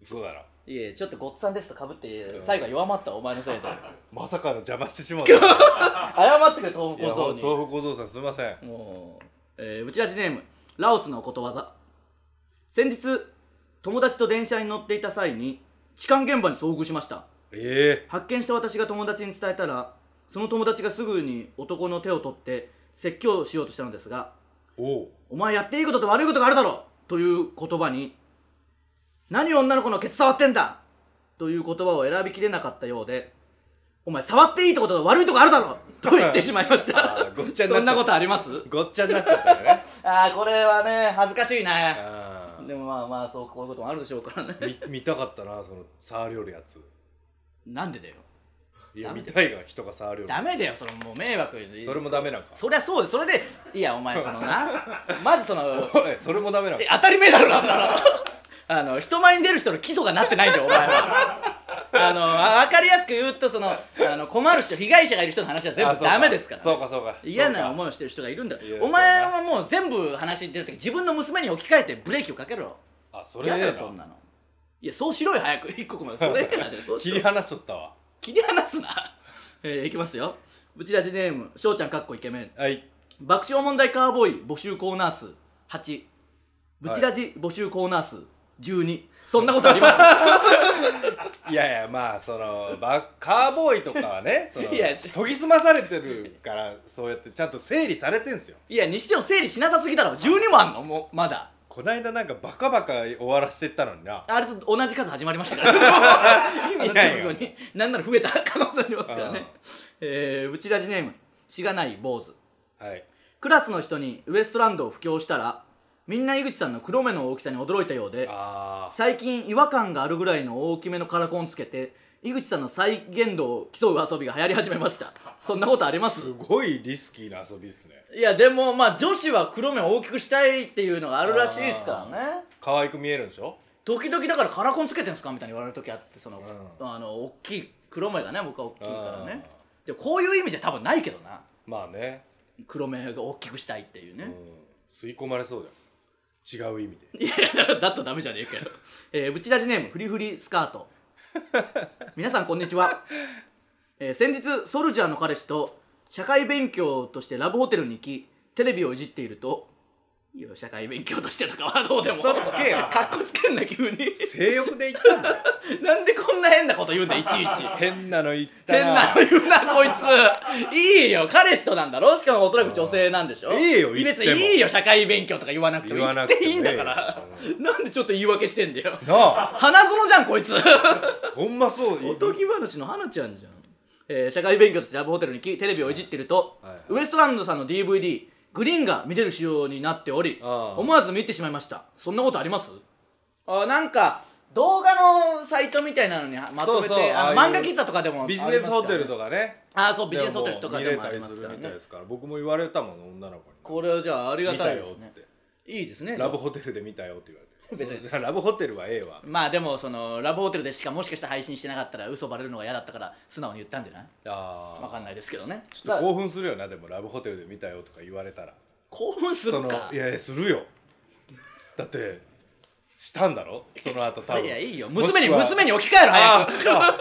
Speaker 2: 嘘だろ
Speaker 1: いえちょっとごっつぁんですとかぶって最後は弱まったお前の [laughs] せいで
Speaker 2: まさかの邪魔してしまった [laughs] い
Speaker 1: 謝ってくれ豆腐
Speaker 2: や
Speaker 1: 小僧に
Speaker 2: 豆腐小僧さんすいません
Speaker 1: もう、えー、ぶち出しネームラオスのことわざ先日友達と電車に乗っていた際に痴漢現場に遭遇しました
Speaker 2: え
Speaker 1: 発見した私が友達に伝えたらその友達がすぐに男の手を取って説教しようとしたのですが
Speaker 2: えおう
Speaker 1: 「お前やっていいことと悪いことがあるだろ!」という言葉に「何女の子のケツ触ってんだ!」という言葉を選びきれなかったようで「お前触っていいとことと悪いとこあるだろ!」と言ってしまいまし
Speaker 2: あ
Speaker 1: た
Speaker 2: ーごっち
Speaker 1: そ
Speaker 2: ゃになっちゃった
Speaker 1: んなことあります
Speaker 2: ごっちゃになっちゃったよね
Speaker 1: ああこれはね恥ずかしいね
Speaker 2: あ
Speaker 1: でもまあまあそうこういうこともあるでしょうからね
Speaker 2: あみ見たかったなその触りよるやつ
Speaker 1: [laughs] なんでだよ
Speaker 2: いや
Speaker 1: ダメ
Speaker 2: 見
Speaker 1: だ
Speaker 2: たいが人が触りよる
Speaker 1: ダメだよそれもう迷惑
Speaker 2: それもダメなんか
Speaker 1: そりゃそうですそれでいやお前その [laughs] なまずその
Speaker 2: おいそれもダメなんか
Speaker 1: え当たり前だろなんだろ [laughs] あの人前に出る人の基礎がなってないんだよお前は [laughs] あの分かりやすく言うとそのあの困る人被害者がいる人の話は全
Speaker 2: あ
Speaker 1: 部
Speaker 2: そう
Speaker 1: ダメですから
Speaker 2: そうかそうか
Speaker 1: 嫌な
Speaker 2: そうか
Speaker 1: 思いをしてる人がいるんだ
Speaker 2: いや
Speaker 1: お前はもう全部話出る時自分の娘に置き換えてブレーキをかけろ
Speaker 2: あそれ
Speaker 1: 嫌
Speaker 2: ええ
Speaker 1: だよ
Speaker 2: な
Speaker 1: そんなのいやそうしろよ早く [laughs] 一刻もそれええなじゃあそうし
Speaker 2: 切
Speaker 1: ろ
Speaker 2: り離しとったわ
Speaker 1: 切り離すな [laughs] えー、いきますよブチラジネーム翔ちゃんかっこイケメン
Speaker 2: はい
Speaker 1: 爆笑問題カーボーイ募集コーナー数8ブチラジ募集コーナー数12そんなことあり [laughs] ます
Speaker 2: いやいやまあそのバカーボーイとかはねその
Speaker 1: [laughs] いや
Speaker 2: 研ぎ澄まされてるからそうやってちゃんと整理されてんすよ
Speaker 1: いやにしても整理しなさすぎだろ12もあんのもうまだ
Speaker 2: こないだなんかバカバカ終わらしてったのにな
Speaker 1: あれと同じ数始まりましたから [laughs]
Speaker 2: 意味ない
Speaker 1: あ
Speaker 2: よ
Speaker 1: の直後になんなら増えた可能性ありますから
Speaker 2: う
Speaker 1: ね
Speaker 2: ん
Speaker 1: えー、ブチラジネームしがない坊主
Speaker 2: はい
Speaker 1: クラスの人にウエストランドを布教したらみんな井口さんの黒目の大きさに驚いたようで
Speaker 2: あ
Speaker 1: 最近違和感があるぐらいの大きめのカラコンつけて井口さんの再現度を競う遊びが流行り始めましたそんなことありま
Speaker 2: ー
Speaker 1: す
Speaker 2: すごいリスキーな遊びっすね
Speaker 1: いやでもまあ女子は黒目を大きくしたいっていうのがあるらしいですからね
Speaker 2: 可愛く見えるんでしょ
Speaker 1: 時々だからカラコンつけてんすかみたいに言われる時あってその、
Speaker 2: う
Speaker 1: あの大きい黒目がね僕は大きいからねでもこういう意味じゃ多分ないけどな
Speaker 2: まあね、
Speaker 1: 黒目が大きくしたいっていうね、
Speaker 2: うん、吸い込まれそうじゃん違う意味で
Speaker 1: いやだからだったらダメじゃねえかよ、 [laughs] えー、ブチラジネームフリフリスカー [laughs] ト皆さんこんにちは、えー先日ソルジャーの彼氏と社会勉強としてラブホテルに行きテレビをいじっているといいよ社会勉強としてとかはどうでも
Speaker 2: 嘘つけよ
Speaker 1: かっこつけんな急に
Speaker 2: 性欲で
Speaker 1: [laughs]
Speaker 2: 言ったんだよ
Speaker 1: なんでこんな変なこと言うんだいちいち
Speaker 2: 変なの言った
Speaker 1: 変なの言うなこいついいよ彼氏となんだろしかもおそらく女性なんでしょ
Speaker 2: いいよ言っ
Speaker 1: 別
Speaker 2: ても
Speaker 1: にいいよ社会勉強とか言わなくても
Speaker 2: 言わ
Speaker 1: 言
Speaker 2: な
Speaker 1: っ
Speaker 2: くて
Speaker 1: て
Speaker 2: も
Speaker 1: いいんだからなんでちょっと言い訳してんだよ
Speaker 2: なあ
Speaker 1: 花園じゃんこい
Speaker 2: [laughs]
Speaker 1: つ
Speaker 2: ほんまそう
Speaker 1: おとぎ話の花ちゃんじゃん、えー社会勉強としてラブホテルに来テレビをいじってると、
Speaker 2: はいはい
Speaker 1: ウエストランドさんの DVD グリーンが見れる仕様になっており
Speaker 2: ああ
Speaker 1: 思わず見てしまいましたそんなことありますあなんか動画のサイトみたいなのにまとめて
Speaker 2: そうそう
Speaker 1: あ
Speaker 2: ああいう
Speaker 1: 漫画喫茶とかでも
Speaker 2: ビジネスホテル
Speaker 1: か
Speaker 2: とかね
Speaker 1: あそうビジネスホテルとかでもありま
Speaker 2: 見れたり
Speaker 1: す
Speaker 2: す
Speaker 1: か
Speaker 2: る
Speaker 1: ら
Speaker 2: みたい
Speaker 1: ね
Speaker 2: ですから僕も言われたもん女の子に
Speaker 1: これはじゃあありが
Speaker 2: 見た
Speaker 1: たいで
Speaker 2: よ
Speaker 1: す
Speaker 2: っつっ
Speaker 1: ね
Speaker 2: て
Speaker 1: いいですね
Speaker 2: ラブホテルで見たよって言われて
Speaker 1: [laughs] 別に
Speaker 2: [laughs] ラブホテルはええわ
Speaker 1: まあでもそのラブホテルでしかもしかしたら配信してなかったら嘘バレるのが嫌だったから素直に言ったんじゃない
Speaker 2: あ
Speaker 1: わかんないですけどね
Speaker 2: ーちょっと興奮するよなでもラブホテルで見たよとか言われ
Speaker 1: [laughs]
Speaker 2: たら
Speaker 1: 興奮す
Speaker 2: そ
Speaker 1: る
Speaker 2: の
Speaker 1: か
Speaker 2: いやいやするよだってしたんだろその後多分
Speaker 1: いやいいよ娘に
Speaker 2: もしくは
Speaker 1: 娘に置き換えろ早
Speaker 2: あ
Speaker 1: く
Speaker 2: あ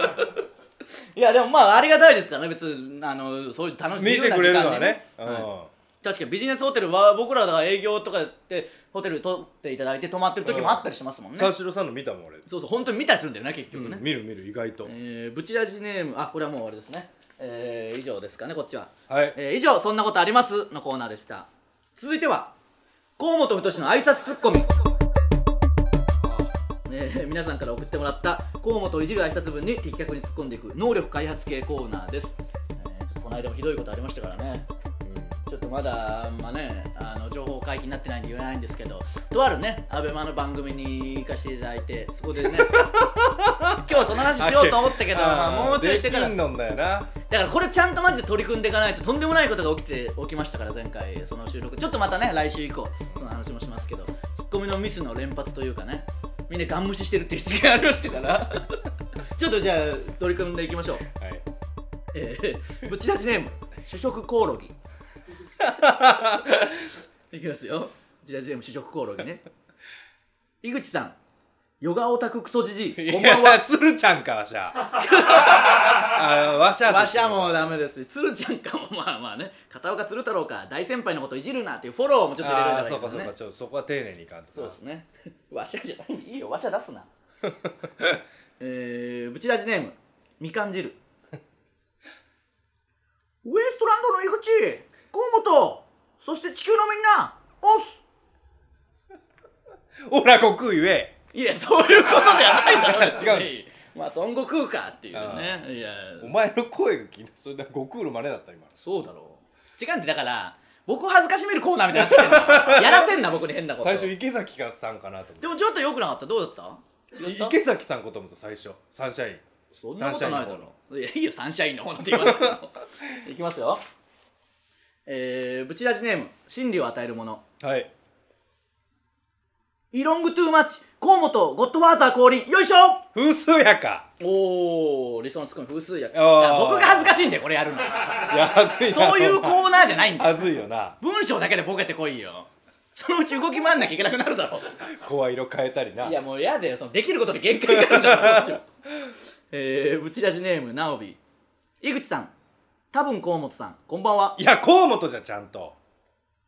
Speaker 1: いやでもまあありがたいですからね別にあのそういう楽し
Speaker 2: 見
Speaker 1: み
Speaker 2: てくれるのはね、うん
Speaker 1: 確かにビジネスホテルは僕らが営業とかでホテル取っていただいて泊まってる時もあったりしますもんね、
Speaker 2: 三四郎さんの見たもん俺、
Speaker 1: そうそう本当に見たりするんだよね結局ね、
Speaker 2: 見る見る意外と、
Speaker 1: えー、ブチラジネームあこれはもう終わりですねえー、以上ですかねこっちは、
Speaker 2: はい
Speaker 1: えー以上「そんなことあります」のコーナーでした続いては河本太の挨拶ツッコミえー皆さんから送ってもらった河本をいじる挨拶文に的確に突っ込んでいく能力開発系コーナーです、えーちょっとこの間もひどいことありましたからねちょっとまだあんまねあの情報解禁になってないんで言えないんですけどとあるねアベマの番組に行かせていただいてそこでね [laughs] 今日はその話しようと思ったけど
Speaker 2: あー
Speaker 1: もうちょいしてから
Speaker 2: できん
Speaker 1: だ
Speaker 2: のんだよな
Speaker 1: からこれちゃんとマジで取り組んでいかないととんでもないことが起きて起きましたから前回その収録ちょっとまたね来週以降その話もしますけどツッコミのミスの連発というかねみんなガン無視してるっていう事件ありましたから [laughs] ちょっとじゃあ取り組んでいきましょう
Speaker 2: はい
Speaker 1: えー、ぶち出しネーム主食コオロ
Speaker 2: [laughs]
Speaker 1: ギいきますよぶち出しネーム主食コオロギね井口さんヨガオタククソじじいこんばん
Speaker 2: いや
Speaker 1: は
Speaker 2: 鶴ちゃんかわ
Speaker 1: [laughs]
Speaker 2: しゃあーわしゃ
Speaker 1: わしゃもうダメです鶴ちゃんかもまあまあね片岡鶴太郎か大先輩のこといじるなっていうフォローもちょっと入れ
Speaker 2: あ
Speaker 1: られ
Speaker 2: あー
Speaker 1: た
Speaker 2: そ
Speaker 1: ら
Speaker 2: う
Speaker 1: いい
Speaker 2: か
Speaker 1: で
Speaker 2: そうか
Speaker 1: ね
Speaker 2: ちょそこは丁寧にいかんと
Speaker 1: そうです [laughs] ね [laughs] わしゃじゃないいいよわしゃ出すなえー、ぶち出しネームみかん [laughs] 汁ウエストランドの井口河本そして地球のみんなオス
Speaker 2: オラ悟空ゆえ
Speaker 1: いやそういうことじゃないだ [laughs] ろ別に
Speaker 2: 違
Speaker 1: まあ孫悟空かっていう
Speaker 2: あ
Speaker 1: ねいや
Speaker 2: お前の声が気になそれだ悟空の真似だった今
Speaker 1: そうだろう違うんでだから僕を恥ずかしめるコーナーみたいになってきてるやらせんな僕に変なこと
Speaker 2: 最初池崎さんかなと思
Speaker 1: でもちょっと良くなかったどうだった違
Speaker 2: っ
Speaker 1: ってた
Speaker 2: 池崎さんかと思った最初サンシャイン
Speaker 1: そんなことない
Speaker 2: サンシャイン
Speaker 1: だ
Speaker 2: の
Speaker 1: ろいやいいよサンシャインの方なんて言わなくて [laughs] もいきますよえー、ブチラジネーム真理を与えるもの
Speaker 2: はい
Speaker 1: イロングトゥーマッチ河本ゴッドファーザー降臨よいしょ
Speaker 2: 風数やか
Speaker 1: おー理想のツッコミ風数や
Speaker 2: あー
Speaker 1: いや僕が恥ずかしいんだよこれや [laughs] るの
Speaker 2: いやはずいな
Speaker 1: そういうコーナーじゃないんだよ
Speaker 2: はずいよな
Speaker 1: 文章だけでボケてこいよそのうち動き回んなきゃいけなくなるだろ
Speaker 2: 声色変えたりない
Speaker 1: やもう嫌だよそのできることに限界があるんだろこっち [laughs] はえー、ブチラジネームナオビ井口さん多分河本さんこんばんはい
Speaker 2: や河本じゃちゃんと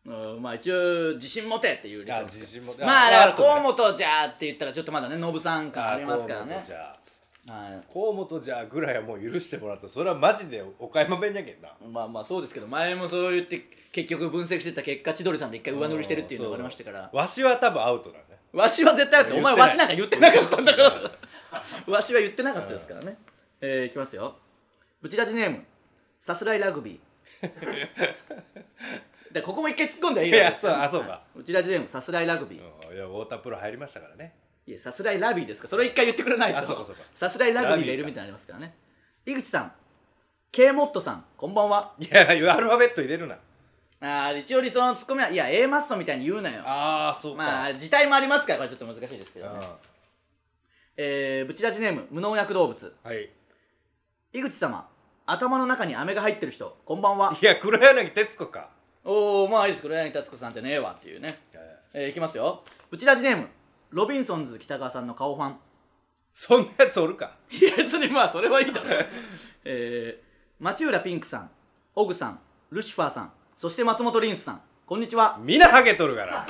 Speaker 1: うんまあ一応自信持てっていう理想
Speaker 2: あ自信も
Speaker 1: まあだから河
Speaker 2: 本
Speaker 1: 本じゃーって言ったらちょっとまだねノブさん感ありますからね
Speaker 2: じゃ
Speaker 1: はい
Speaker 2: 河本じゃぐらいはもう許してもらうとそれはマジで岡山弁じゃけんな
Speaker 1: まあまあそうですけど前もそう言って結局分析してた結果千鳥さんで一回上塗りしてるっていうのがありましたから
Speaker 2: わしは多分アウトだね
Speaker 1: わしは絶対あってお前
Speaker 2: 言
Speaker 1: わ
Speaker 2: って
Speaker 1: し
Speaker 2: な
Speaker 1: ないんか言ってなかったんだから [laughs] わしは言ってなかったですからねえー、いきますよブチラジネームさすらいラグビ
Speaker 2: [laughs]
Speaker 1: ーでここも一回突っ込んではいい
Speaker 2: い
Speaker 1: よ
Speaker 2: やそうあそうか、
Speaker 1: ブチラジネームさすらいラグビー
Speaker 2: うん、いや太田プロ入りましたからね
Speaker 1: いやさすらいラビーですかそれ一回言ってくれない
Speaker 2: あそうか
Speaker 1: と
Speaker 2: そうか
Speaker 1: さすらいラグビーがいるみたいになりますからね井口さん K モットさんこんばんはい
Speaker 2: やいやアルファベット入れるな
Speaker 1: あー一応理想のツッコミはいや A マッソみたいに言うなよ
Speaker 2: ああそうか、
Speaker 1: まあ時代もありますからこれちょっと難しいですけど、ね
Speaker 2: う
Speaker 1: えー、ブチラジネーム無農薬動物
Speaker 2: んはい
Speaker 1: 井口様頭の中に飴が入ってる人こんばんはい
Speaker 2: や黒柳徹子か
Speaker 1: おおまあいいです黒柳達子さんじゃねえわっていうね、えー、いきますよブチラジネームロビンソンズ北川さんの顔ファン
Speaker 2: そんなやつおるか
Speaker 1: いや別にまあそれはいいだろう [laughs] えー、町浦ピンクさんオグさんルシファーさんそして松本リンスさんこんにちは
Speaker 2: みんなハゲとるから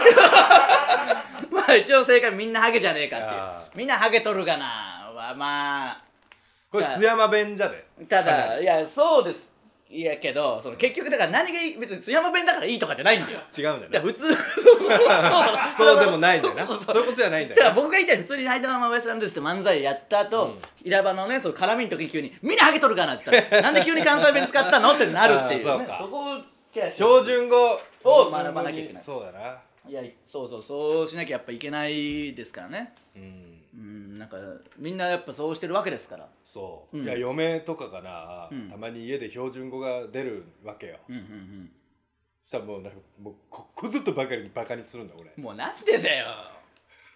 Speaker 1: [laughs] まあ一応正解みんなハゲじゃねえかっ
Speaker 2: あ
Speaker 1: ていうみんなハゲとるがなはまあ
Speaker 2: これ津山弁じゃで
Speaker 1: た
Speaker 2: かな
Speaker 1: だいやそうですいやけどその結局だから何がいい別に津山弁だからいいとかじゃないん [laughs] だよ
Speaker 2: 違うんだ
Speaker 1: だ
Speaker 2: よね
Speaker 1: から普通そうそう
Speaker 2: [laughs] そうでもないんだよな
Speaker 1: そうそう
Speaker 2: そういうことじゃないん
Speaker 1: だ
Speaker 2: だ
Speaker 1: から
Speaker 2: よな
Speaker 1: 僕が言いたいのは普通に「はいどうもウエストランドです」って漫才やった後、平場のねその絡みの時に急に「みんなハゲとるかな」って言
Speaker 2: [laughs]
Speaker 1: ったら「なんで急に関西弁使ったの?」ってなるっていう,、ね、
Speaker 2: あーそうか
Speaker 1: こをケアし
Speaker 2: 標準語
Speaker 1: を学ばなきゃいけない
Speaker 2: そうだない
Speaker 1: やそうそうそうしなきゃやっぱいけないですからね
Speaker 2: うん
Speaker 1: うんなんかみんなやっぱそうしてるわけですから
Speaker 2: そう、いや嫁とかがな、
Speaker 1: ん
Speaker 2: たまに家で標準語が出るわけよ、
Speaker 1: うんうんうん
Speaker 2: そしたらもうなんかもうここずっとばかりにバカにするんだ俺
Speaker 1: もうなんでだよ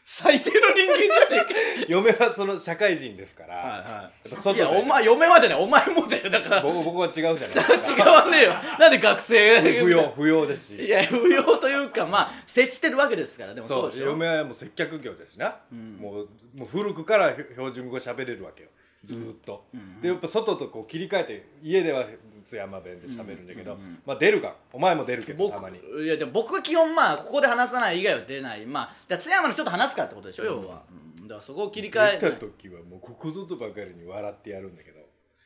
Speaker 1: 最低の人間じゃねえ
Speaker 2: 嫁はその社会人ですから、
Speaker 1: か
Speaker 2: やっぱ
Speaker 1: い
Speaker 2: 外で
Speaker 1: やお前嫁はじゃないお前もだよだから
Speaker 2: 僕僕は違うじゃない
Speaker 1: [laughs] 違わねえ
Speaker 2: [laughs]
Speaker 1: よなんで学生
Speaker 2: 不要不要です
Speaker 1: い
Speaker 2: し
Speaker 1: や不要というかまあ接してるわけですからでもそ
Speaker 2: そうう
Speaker 1: でしょ
Speaker 2: 嫁はもう接客業ですしな、もうもう古くから標準語喋れるわけよずーっと、でやっぱ外とこう切り替えて家では津山弁で喋るんだけど、まあ出るがお前も出るけど
Speaker 1: 僕
Speaker 2: たまに
Speaker 1: いやでも僕は基本まあここで話さない以外は出ないまあだから津山の人と話すからってことでしょ要は、うんだからそこを切り替え
Speaker 2: 出た時はもうここぞとばかりに笑ってやるんだけど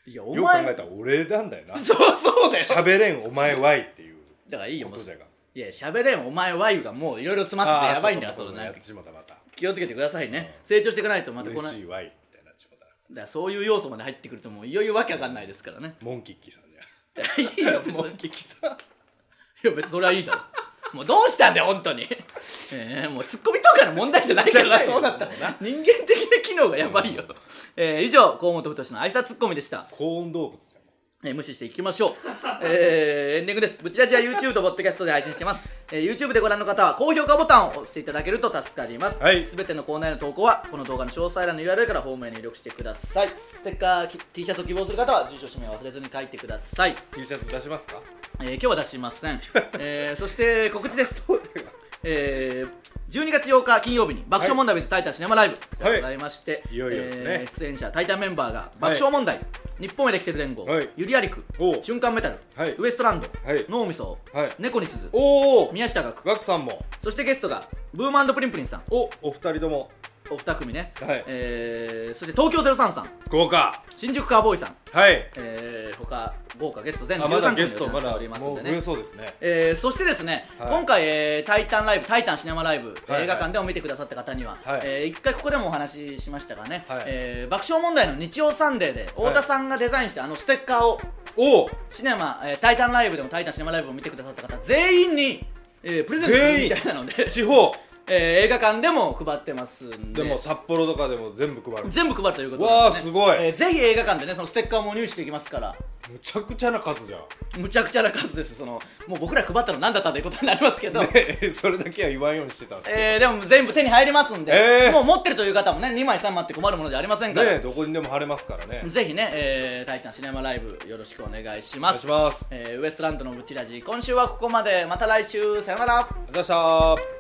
Speaker 1: いやお
Speaker 2: よく考
Speaker 1: 前
Speaker 2: えたら俺なんだよな
Speaker 1: そうそうだよ
Speaker 2: 喋れんお前わいっていう
Speaker 1: だからいいよ
Speaker 2: こ
Speaker 1: も
Speaker 2: と
Speaker 1: う
Speaker 2: じゃが
Speaker 1: いや喋れんお前ワイがもういろいろ詰まっててやばいんだよ
Speaker 2: あー
Speaker 1: そ
Speaker 2: そうう
Speaker 1: な
Speaker 2: や
Speaker 1: ん
Speaker 2: っ
Speaker 1: か
Speaker 2: ちまったまた
Speaker 1: 気をつけてくださいね、成長していかないとまたこの
Speaker 2: 嬉
Speaker 1: だか
Speaker 2: しいわいみたいなっちまったな
Speaker 1: らそういう要素まで入ってくるともういよいよわけわかんないですからね
Speaker 2: モンキッキーさんじゃん
Speaker 1: いや [laughs] 別に
Speaker 2: モンキッキさ
Speaker 1: い
Speaker 2: ん
Speaker 1: や別にそれはいいだろもうどうしたんだよ本当にえーもうツッコミとかの問題じゃないからな
Speaker 2: じゃ
Speaker 1: そ
Speaker 2: な
Speaker 1: う
Speaker 2: いよ
Speaker 1: なったら
Speaker 2: もうな
Speaker 1: 人間的な機能がやばいよ、えー以上河本太の挨拶ツッコミでした、
Speaker 2: 高温動物じゃん
Speaker 1: えー無視していきましょう、えーエンディングですブチラジは YouTube と Podcast で配信してます、えー YouTube でご覧の方は高評価ボタンを押していただけると助かります、
Speaker 2: はい
Speaker 1: すべてのコーナーへの投稿はこの動画の詳細欄の URL からフォームへ入力してくださいステッカーき T シャツを希望する方は住所氏名を忘れずに書いてください
Speaker 2: T シャツ出しますか
Speaker 1: えー今日は出しません、えーそして告知
Speaker 2: [laughs]
Speaker 1: です、えー12月8日金曜日に爆笑問題 with タイタンシネマライブ
Speaker 2: はい
Speaker 1: がございまして、
Speaker 2: いよいよですね
Speaker 1: えー出演者タイタンメンバーが爆笑問題、日本エレキテル連合、
Speaker 2: はい
Speaker 1: ゆりやりく
Speaker 2: おう
Speaker 1: 瞬間メタル、
Speaker 2: はい
Speaker 1: ウエストランド、
Speaker 2: はい
Speaker 1: 脳みそ、
Speaker 2: はい
Speaker 1: 猫に鈴
Speaker 2: おお
Speaker 1: 宮下岳
Speaker 2: ガクさんも
Speaker 1: そしてゲストがブーマンプリンプリンさん
Speaker 2: おお二人とも
Speaker 1: お二組ね、
Speaker 2: はい
Speaker 1: えーそして東京03さん
Speaker 2: 豪華
Speaker 1: 新宿カーボーイさん、
Speaker 2: はい
Speaker 1: えー、他豪華ゲスト全
Speaker 2: あまだ
Speaker 1: 13組
Speaker 2: ゲ
Speaker 1: 予
Speaker 2: スト
Speaker 1: 定
Speaker 2: ま
Speaker 1: して
Speaker 2: だ
Speaker 1: おります
Speaker 2: も
Speaker 1: ん
Speaker 2: う
Speaker 1: で
Speaker 2: 増え
Speaker 1: ね
Speaker 2: そうですね
Speaker 1: えー、そしてですね、
Speaker 2: はい
Speaker 1: 今回、えータイタンライブ、タイタンシネマライブ、
Speaker 2: はいはい
Speaker 1: 映画館でも見てくださった方には、
Speaker 2: はい
Speaker 1: えー一回ここでもお話ししましたがね、
Speaker 2: はい
Speaker 1: えー爆笑問題の日曜サンデーで、
Speaker 2: はい
Speaker 1: 太田さんがデザインしたあのステッカーを、
Speaker 2: おお
Speaker 1: シネマ、えータイタンライブでもタイタンシネマライブを見てくださった方全員に、えープレゼントするみたいなので、
Speaker 2: 地方
Speaker 1: [laughs] えー映画館でも配ってますんで
Speaker 2: でも札幌とかでも全部配る
Speaker 1: 全部配るということ
Speaker 2: わ
Speaker 1: な
Speaker 2: あ
Speaker 1: んですね
Speaker 2: ごい
Speaker 1: えーぜひ映画館でねそのステッカーも入手できますから
Speaker 2: むちゃくちゃな数じゃん
Speaker 1: むちゃくちゃな数ですそのもう僕ら配ったの何だったということになりますけど、
Speaker 2: ね [laughs] それだけは言わんようにしてたんですけど、
Speaker 1: えーでも全部手に入りますんで、
Speaker 2: えー
Speaker 1: もう持ってるという方もね2枚3枚って困るものじゃありませんから、
Speaker 2: ねえどこにでも貼れますからね
Speaker 1: ぜひね、えー、タイタンシネマライブよろしくお願いし
Speaker 2: お
Speaker 1: ま
Speaker 2: 願
Speaker 1: す
Speaker 2: いしますあり
Speaker 1: えーウエストランドのブチラジ今週はここまでまた来週さよなら
Speaker 2: がとうございました